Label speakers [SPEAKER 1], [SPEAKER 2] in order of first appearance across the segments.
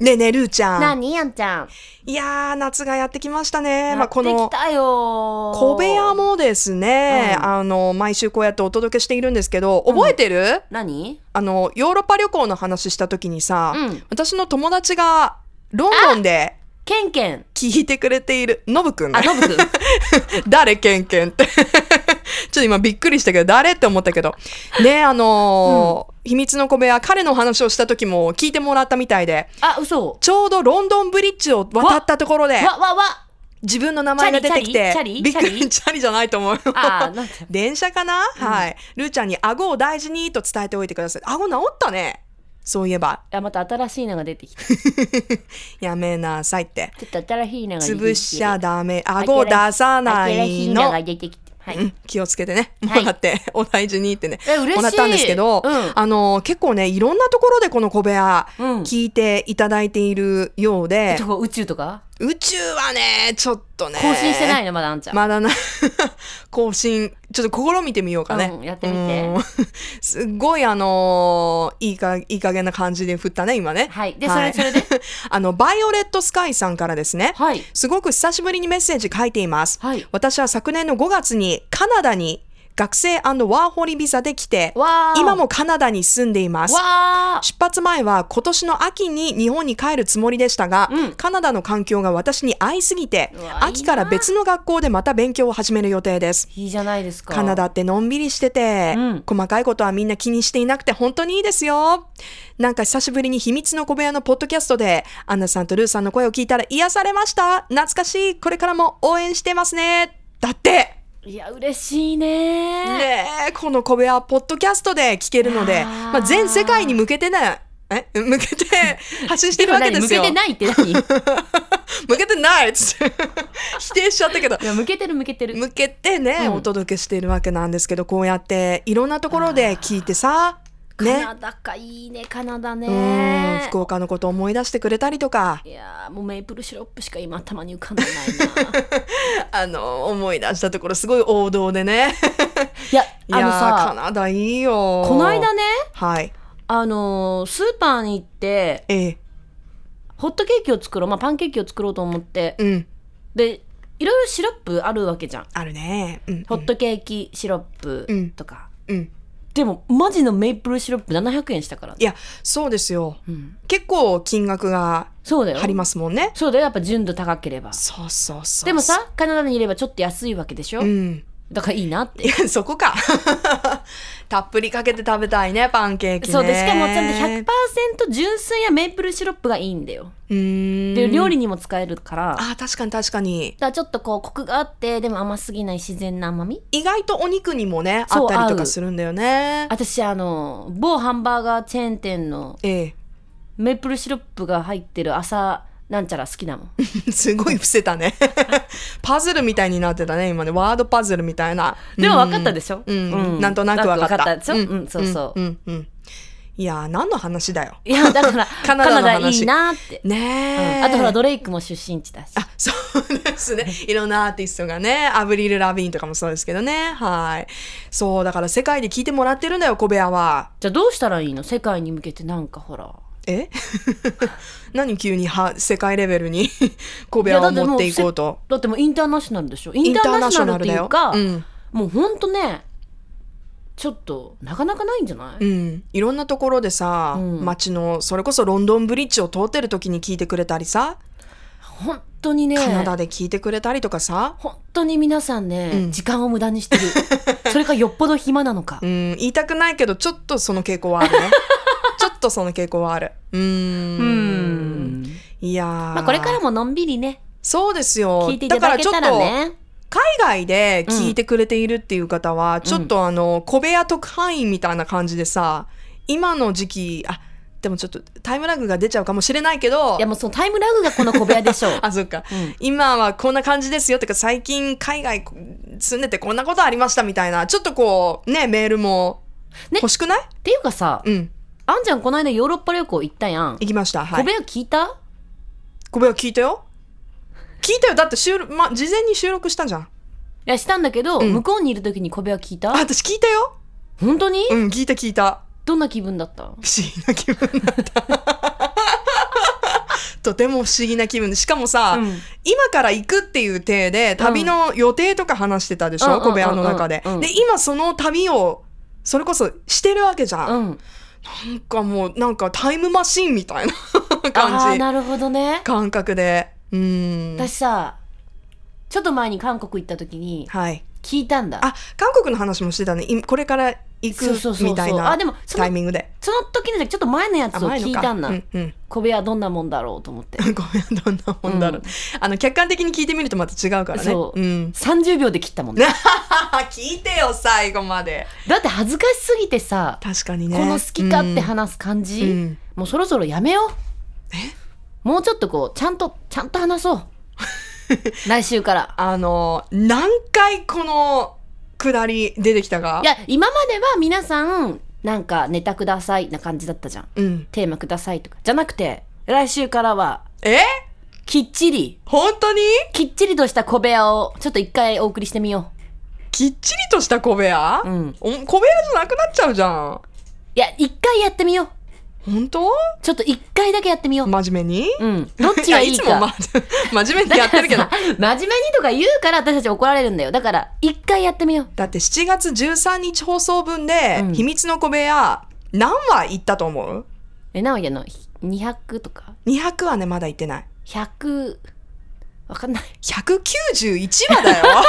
[SPEAKER 1] ねえねえ、ルーちゃん。
[SPEAKER 2] なにやんちゃん。
[SPEAKER 1] いやー、夏がやってきましたね。ま
[SPEAKER 2] や
[SPEAKER 1] あ、
[SPEAKER 2] っ
[SPEAKER 1] こ
[SPEAKER 2] てき
[SPEAKER 1] の
[SPEAKER 2] たよー。
[SPEAKER 1] 小部屋もですね、
[SPEAKER 2] うん
[SPEAKER 1] あの、毎週こうやってお届けしているんですけど、覚えてる、
[SPEAKER 2] 何
[SPEAKER 1] あの、ヨーロッパ旅行の話した時にさ、
[SPEAKER 2] うん
[SPEAKER 1] 私の友達がロンドンで
[SPEAKER 2] ケンケン。
[SPEAKER 1] 聞いてくれている、ノブくん
[SPEAKER 2] あ、。ノブ くん。
[SPEAKER 1] 誰ケンケンって。ちょ っと今びっくりしたけど、誰って思ったけど。ねあのー秘密の小部屋、彼の話をした時も聞いてもらったみたいで、
[SPEAKER 2] あ、嘘。
[SPEAKER 1] ちょうどロンドンブリッジを渡ったところで、
[SPEAKER 2] わ、わ、わ。
[SPEAKER 1] 自分の名前が出てきて
[SPEAKER 2] チャリ
[SPEAKER 1] び
[SPEAKER 2] チ
[SPEAKER 1] っ
[SPEAKER 2] ャ
[SPEAKER 1] く
[SPEAKER 2] リチャリ
[SPEAKER 1] りチ ャリじゃないと思うよ
[SPEAKER 2] あーなんだ
[SPEAKER 1] 電車かな、はいルーちゃんに顎を大事にと伝えておいてください顎治ったねそういえば
[SPEAKER 2] あ、また新しいのが出てきた。
[SPEAKER 1] やめなさいって
[SPEAKER 2] ちょっと新しいのが出てきて。
[SPEAKER 1] 潰しちゃダメ顎を出さない
[SPEAKER 2] 新しいの
[SPEAKER 1] の
[SPEAKER 2] が出てきて。は
[SPEAKER 1] う
[SPEAKER 2] い。
[SPEAKER 1] ん気をつけてねも
[SPEAKER 2] はい
[SPEAKER 1] らって、 お大事にってね
[SPEAKER 2] え嬉しい
[SPEAKER 1] もらったんですけど、
[SPEAKER 2] うん
[SPEAKER 1] あの結構ねいろんなところでこの小部屋
[SPEAKER 2] うん
[SPEAKER 1] 聞いていただいているようで
[SPEAKER 2] ど、こ宇宙とか
[SPEAKER 1] 宇宙はねちょっとね
[SPEAKER 2] 更新してないのまだあんちゃん。
[SPEAKER 1] まだな更新ちょっと試みてみようかね、
[SPEAKER 2] うんやってみて
[SPEAKER 1] うんすっごいあのーいいかいい加減な感じで振ったね今ね
[SPEAKER 2] はいでそれそれで
[SPEAKER 1] あのバイオレットスカイさんからですね、
[SPEAKER 2] はい
[SPEAKER 1] すごく久しぶりにメッセージ書いています、
[SPEAKER 2] はい
[SPEAKER 1] 私は昨年の5月にカナダに学生ワーホリビザで来て
[SPEAKER 2] わー
[SPEAKER 1] 今もカナダに住んでいます
[SPEAKER 2] わー。
[SPEAKER 1] 出発前は今年の秋に日本に帰るつもりでしたが、
[SPEAKER 2] うん
[SPEAKER 1] カナダの環境が私に合いすぎて
[SPEAKER 2] うわ
[SPEAKER 1] 秋から別の学校でまた勉強を始める予定です
[SPEAKER 2] いいじゃないですか。
[SPEAKER 1] カナダってのんびりしてて、
[SPEAKER 2] うん
[SPEAKER 1] 細かいことはみんな気にしていなくて本当にいいですよなんか久しぶりに秘密の小部屋のポッドキャストでアンナさんとルーさんの声を聞いたら癒されました懐かしいこれからも応援してますねだって
[SPEAKER 2] いや、嬉しいねー。
[SPEAKER 1] ねえ、この小部屋、ポッドキャストで聞けるので、
[SPEAKER 2] あー
[SPEAKER 1] まあ、全世界に向けてね、え 向け て発信してるわけですよ。
[SPEAKER 2] 向けてないって何 い
[SPEAKER 1] 向けてないっ つって否定しちゃったけど。
[SPEAKER 2] や向けてる向けてる。
[SPEAKER 1] 向けてね、
[SPEAKER 2] うん
[SPEAKER 1] お届けしてるわけなんですけど、こうやっていろんなところで聞いてさ、
[SPEAKER 2] カ
[SPEAKER 1] ね
[SPEAKER 2] ナ。ダかいいねカナダ
[SPEAKER 1] うん、
[SPEAKER 2] ね
[SPEAKER 1] 福岡のこと思い出してくれたりと か、
[SPEAKER 2] いやーもうメープルシロップしか今頭に浮かんでないな
[SPEAKER 1] あの、思い出したところ、すごい王道でね。
[SPEAKER 2] いや
[SPEAKER 1] い
[SPEAKER 2] あ
[SPEAKER 1] や
[SPEAKER 2] の
[SPEAKER 1] ー、カ
[SPEAKER 2] さ
[SPEAKER 1] ナダいいよ。
[SPEAKER 2] この間。ね
[SPEAKER 1] はい。
[SPEAKER 2] あのースーパーに行って
[SPEAKER 1] ええ、
[SPEAKER 2] ホットケーキを作ろう、まあ、パンケーキを作ろうと思って
[SPEAKER 1] うん。
[SPEAKER 2] でいろいろシロップあるわけじゃん
[SPEAKER 1] あるね。うん。
[SPEAKER 2] ホットケーキシロッ
[SPEAKER 1] うん
[SPEAKER 2] プとか、
[SPEAKER 1] うん。
[SPEAKER 2] でもマジのメープルシロップ700円したからね
[SPEAKER 1] いや、そうですよ。
[SPEAKER 2] うん、
[SPEAKER 1] 結構金額が
[SPEAKER 2] そうだよ
[SPEAKER 1] 張りますもんね。
[SPEAKER 2] そうだよやっぱ純度高ければ
[SPEAKER 1] そうそうそうそう。
[SPEAKER 2] でも、さカナダにいればちょっと安いわけでしょ、
[SPEAKER 1] うん。
[SPEAKER 2] だからいいなって
[SPEAKER 1] いや、そこ か。たっぷりかけて食べたいね、パンケーキね。
[SPEAKER 2] そうでしかもちゃんと100%純粋やメープルシロップがいいんだよ。
[SPEAKER 1] うーん。
[SPEAKER 2] で料理にも使えるから。だか
[SPEAKER 1] あー、確かに確かに。
[SPEAKER 2] らちょっとこうコクがあってでも甘すぎない自然な甘み
[SPEAKER 1] 意外とお肉にもね、あ
[SPEAKER 2] そ
[SPEAKER 1] っ
[SPEAKER 2] う
[SPEAKER 1] たりと
[SPEAKER 2] 合
[SPEAKER 1] か
[SPEAKER 2] う
[SPEAKER 1] するんだよね。
[SPEAKER 2] 私あの某ハンバーガーチェーン店の
[SPEAKER 1] え
[SPEAKER 2] メープルシロップが入ってる朝なんちゃら好きなもん
[SPEAKER 1] え。すごい伏せたね。 パズルみたいになってたね、今ね。ワードパズルみたいな。
[SPEAKER 2] でも分かった
[SPEAKER 1] で
[SPEAKER 2] でしょ、
[SPEAKER 1] うん。なんとなく分かった。
[SPEAKER 2] でしょ、うんそうそう、
[SPEAKER 1] んうんうんいやー、何の話だよ。
[SPEAKER 2] いやだから
[SPEAKER 1] カ
[SPEAKER 2] カ
[SPEAKER 1] ナ
[SPEAKER 2] ナ
[SPEAKER 1] ダの話
[SPEAKER 2] ダいいなって、
[SPEAKER 1] ね
[SPEAKER 2] うん
[SPEAKER 1] え、
[SPEAKER 2] あとほらドレイクも出身地だし
[SPEAKER 1] あそうですね。いろんなアーティストがね、アブリル・ラビーンとかもそうですけどね。はい。そう、だから世界で聞いてもらってるんだよ、小部屋は。
[SPEAKER 2] じゃあどうしたらいいの世界に向けてなんかほら
[SPEAKER 1] え 何急には世界レベルに 小部
[SPEAKER 2] いや
[SPEAKER 1] 屋を
[SPEAKER 2] だっても
[SPEAKER 1] 持
[SPEAKER 2] う
[SPEAKER 1] っていこうと。
[SPEAKER 2] せだってもうインターナショナルでしょインターナショナルっていうか、
[SPEAKER 1] インターナショナルだよ
[SPEAKER 2] もうほんとねちょっとなかなかないんじゃない、
[SPEAKER 1] うん。いろんなところでさ、
[SPEAKER 2] うん
[SPEAKER 1] 街の、それこそロンドンブリッジを通ってる時に聞いてくれたりさ、
[SPEAKER 2] 本当にね
[SPEAKER 1] カナダで聞いてくれたりとかさ、
[SPEAKER 2] 本当に皆さんね、
[SPEAKER 1] うん
[SPEAKER 2] 時間を無駄に してるそれかよっぽど暇なのか、
[SPEAKER 1] うん、言いたくないけど、ちょっとその傾向はある ね。ちょっとその傾向はある。うーん。
[SPEAKER 2] うん
[SPEAKER 1] いやー
[SPEAKER 2] まあ、これからものんびりね
[SPEAKER 1] そうですよ。
[SPEAKER 2] 聞いていただけた
[SPEAKER 1] だかららちょっと、
[SPEAKER 2] ね
[SPEAKER 1] 海外で聞いてくれているっていう方は、ちょっとあの、小部屋特派員みたいな感じでさ、今の時期、あ、でもちょっとタイムラグが出ちゃうかもしれないけど
[SPEAKER 2] いや、もうそのタイムラグがこの小部屋でしょう
[SPEAKER 1] あ、そっか、
[SPEAKER 2] うん
[SPEAKER 1] 今はこんな感じですよ。てか最近海外住んでてこんなことありましたみたいな、ちょっとこう、ね、メールも
[SPEAKER 2] ね
[SPEAKER 1] 欲しくない、
[SPEAKER 2] っていうかさ、
[SPEAKER 1] うん。
[SPEAKER 2] あんちゃんこの間ヨーロッパ旅行行ったやん、
[SPEAKER 1] 行きました。は
[SPEAKER 2] 小
[SPEAKER 1] い
[SPEAKER 2] 部。屋聞いた
[SPEAKER 1] 小部屋聞いたよ聞いたよ。だって収録、ま、事前に収録したじゃん。
[SPEAKER 2] いやしたんだけど、
[SPEAKER 1] ん
[SPEAKER 2] 向こうにいる時に小部屋聞いた
[SPEAKER 1] あ、私聞いたよ。
[SPEAKER 2] 本当に、
[SPEAKER 1] うん、聞いた聞いた。
[SPEAKER 2] どんな気分だった
[SPEAKER 1] 不思議な気分だった。とても不思議な気分でしかもさ、
[SPEAKER 2] うん
[SPEAKER 1] 今から行くっていう体で旅の予定とか話してたでし
[SPEAKER 2] うんう
[SPEAKER 1] ょ、
[SPEAKER 2] んうんうん
[SPEAKER 1] 小部屋の中で、
[SPEAKER 2] うん
[SPEAKER 1] で今その旅をそれこそしてるわけじゃん、
[SPEAKER 2] うん
[SPEAKER 1] なんかもうなんかタイムマシンみたいな
[SPEAKER 2] あ
[SPEAKER 1] 感
[SPEAKER 2] ー
[SPEAKER 1] じ
[SPEAKER 2] なるほどね
[SPEAKER 1] 感覚でうん
[SPEAKER 2] 私さちょっと前に韓国行った時に
[SPEAKER 1] はい
[SPEAKER 2] 聞いたんだ
[SPEAKER 1] あ韓国の話もしてたねいこれから行く
[SPEAKER 2] そうそうそうそう
[SPEAKER 1] みたいな
[SPEAKER 2] あでもその
[SPEAKER 1] タイミングで
[SPEAKER 2] その時のじゃちょっと前のやつを
[SPEAKER 1] 甘い
[SPEAKER 2] 聞
[SPEAKER 1] の
[SPEAKER 2] い
[SPEAKER 1] か
[SPEAKER 2] たんだ、
[SPEAKER 1] うんうん、
[SPEAKER 2] 小部屋どんなもんだろうと思って
[SPEAKER 1] ごめんどんなもんだろう、
[SPEAKER 2] うん
[SPEAKER 1] あの客観的に聞いてみるとまた違うからね
[SPEAKER 2] そう、
[SPEAKER 1] ん、
[SPEAKER 2] 30秒で切ったもんね
[SPEAKER 1] 聞いてよ最後まで
[SPEAKER 2] だって恥ずかしすぎてさ、
[SPEAKER 1] 確かにね
[SPEAKER 2] この好きかって話す感じ、
[SPEAKER 1] うんうん
[SPEAKER 2] もうそろそろやめようもうちょっとこうちゃんとちゃんと 話そう来週から
[SPEAKER 1] あの何回この下り出てきたか
[SPEAKER 2] いや今までは皆さんなんかネタくださいな感じだったじゃん
[SPEAKER 1] うん、
[SPEAKER 2] テーマくださいとかじゃなくて来週からは
[SPEAKER 1] え
[SPEAKER 2] きっちり
[SPEAKER 1] 本当に
[SPEAKER 2] きっちりとした小部屋をちょっと一回お送りしてみよ
[SPEAKER 1] きっちりとした小部屋、
[SPEAKER 2] ううん
[SPEAKER 1] お小部屋じゃなくなっちゃうじゃん
[SPEAKER 2] いや一回やってみよう
[SPEAKER 1] 本当
[SPEAKER 2] ちょっと一回だけやってみよう、
[SPEAKER 1] 真面目に
[SPEAKER 2] うんどっちがいい
[SPEAKER 1] やいつ
[SPEAKER 2] か
[SPEAKER 1] も、ま、 真面目にやってるけど
[SPEAKER 2] だからさ真面目にとか言うから私たち怒られるんだよだから一回やってみよう
[SPEAKER 1] だって7月13日放送分で、
[SPEAKER 2] うん
[SPEAKER 1] 秘密の小部屋何話行ったと思う
[SPEAKER 2] えなおやのひ200とか
[SPEAKER 1] ?200 はねまだ行ってない
[SPEAKER 2] 100わかんない
[SPEAKER 1] 191話だよ
[SPEAKER 2] ね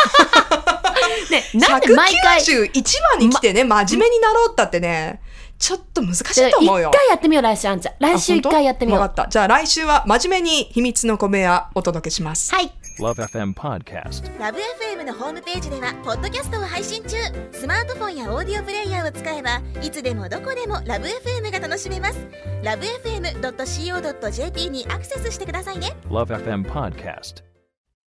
[SPEAKER 2] なんで毎回じ
[SPEAKER 1] 191話に来てね、真面目になろうったってねちょっと難し
[SPEAKER 2] ゃあ
[SPEAKER 1] いと
[SPEAKER 2] 一
[SPEAKER 1] 思う
[SPEAKER 2] 回
[SPEAKER 1] よ
[SPEAKER 2] やってみよう来週あんちゃん来週
[SPEAKER 1] あ本
[SPEAKER 2] 一
[SPEAKER 1] 当
[SPEAKER 2] 回やってみよう
[SPEAKER 1] わかったじゃあ来週は真面目に秘密の小部屋お届けします
[SPEAKER 2] はい
[SPEAKER 3] Love FM Podcast.
[SPEAKER 4] ラブ f m のホームページではポッドキャストを配信中スマートフォンやオーディオプレイヤーを使えばいつでもどこでもラブ f m が楽しめますラブ FM.co.jp にアクセスしてくださいね
[SPEAKER 3] Love FM Podcast.